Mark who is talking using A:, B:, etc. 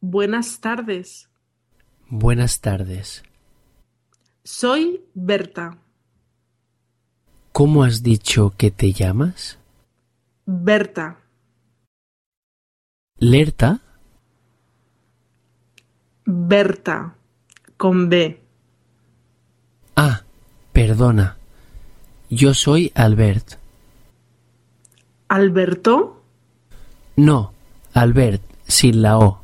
A: Buenas tardes.
B: Buenas tardes.
A: Soy Berta.
B: ¿Cómo has dicho que te llamas?
A: Berta.
B: Lerta.
A: Berta. Con B.
B: Ah, perdona. Yo soy Albert.
A: Alberto.
B: No, Albert, sin la O.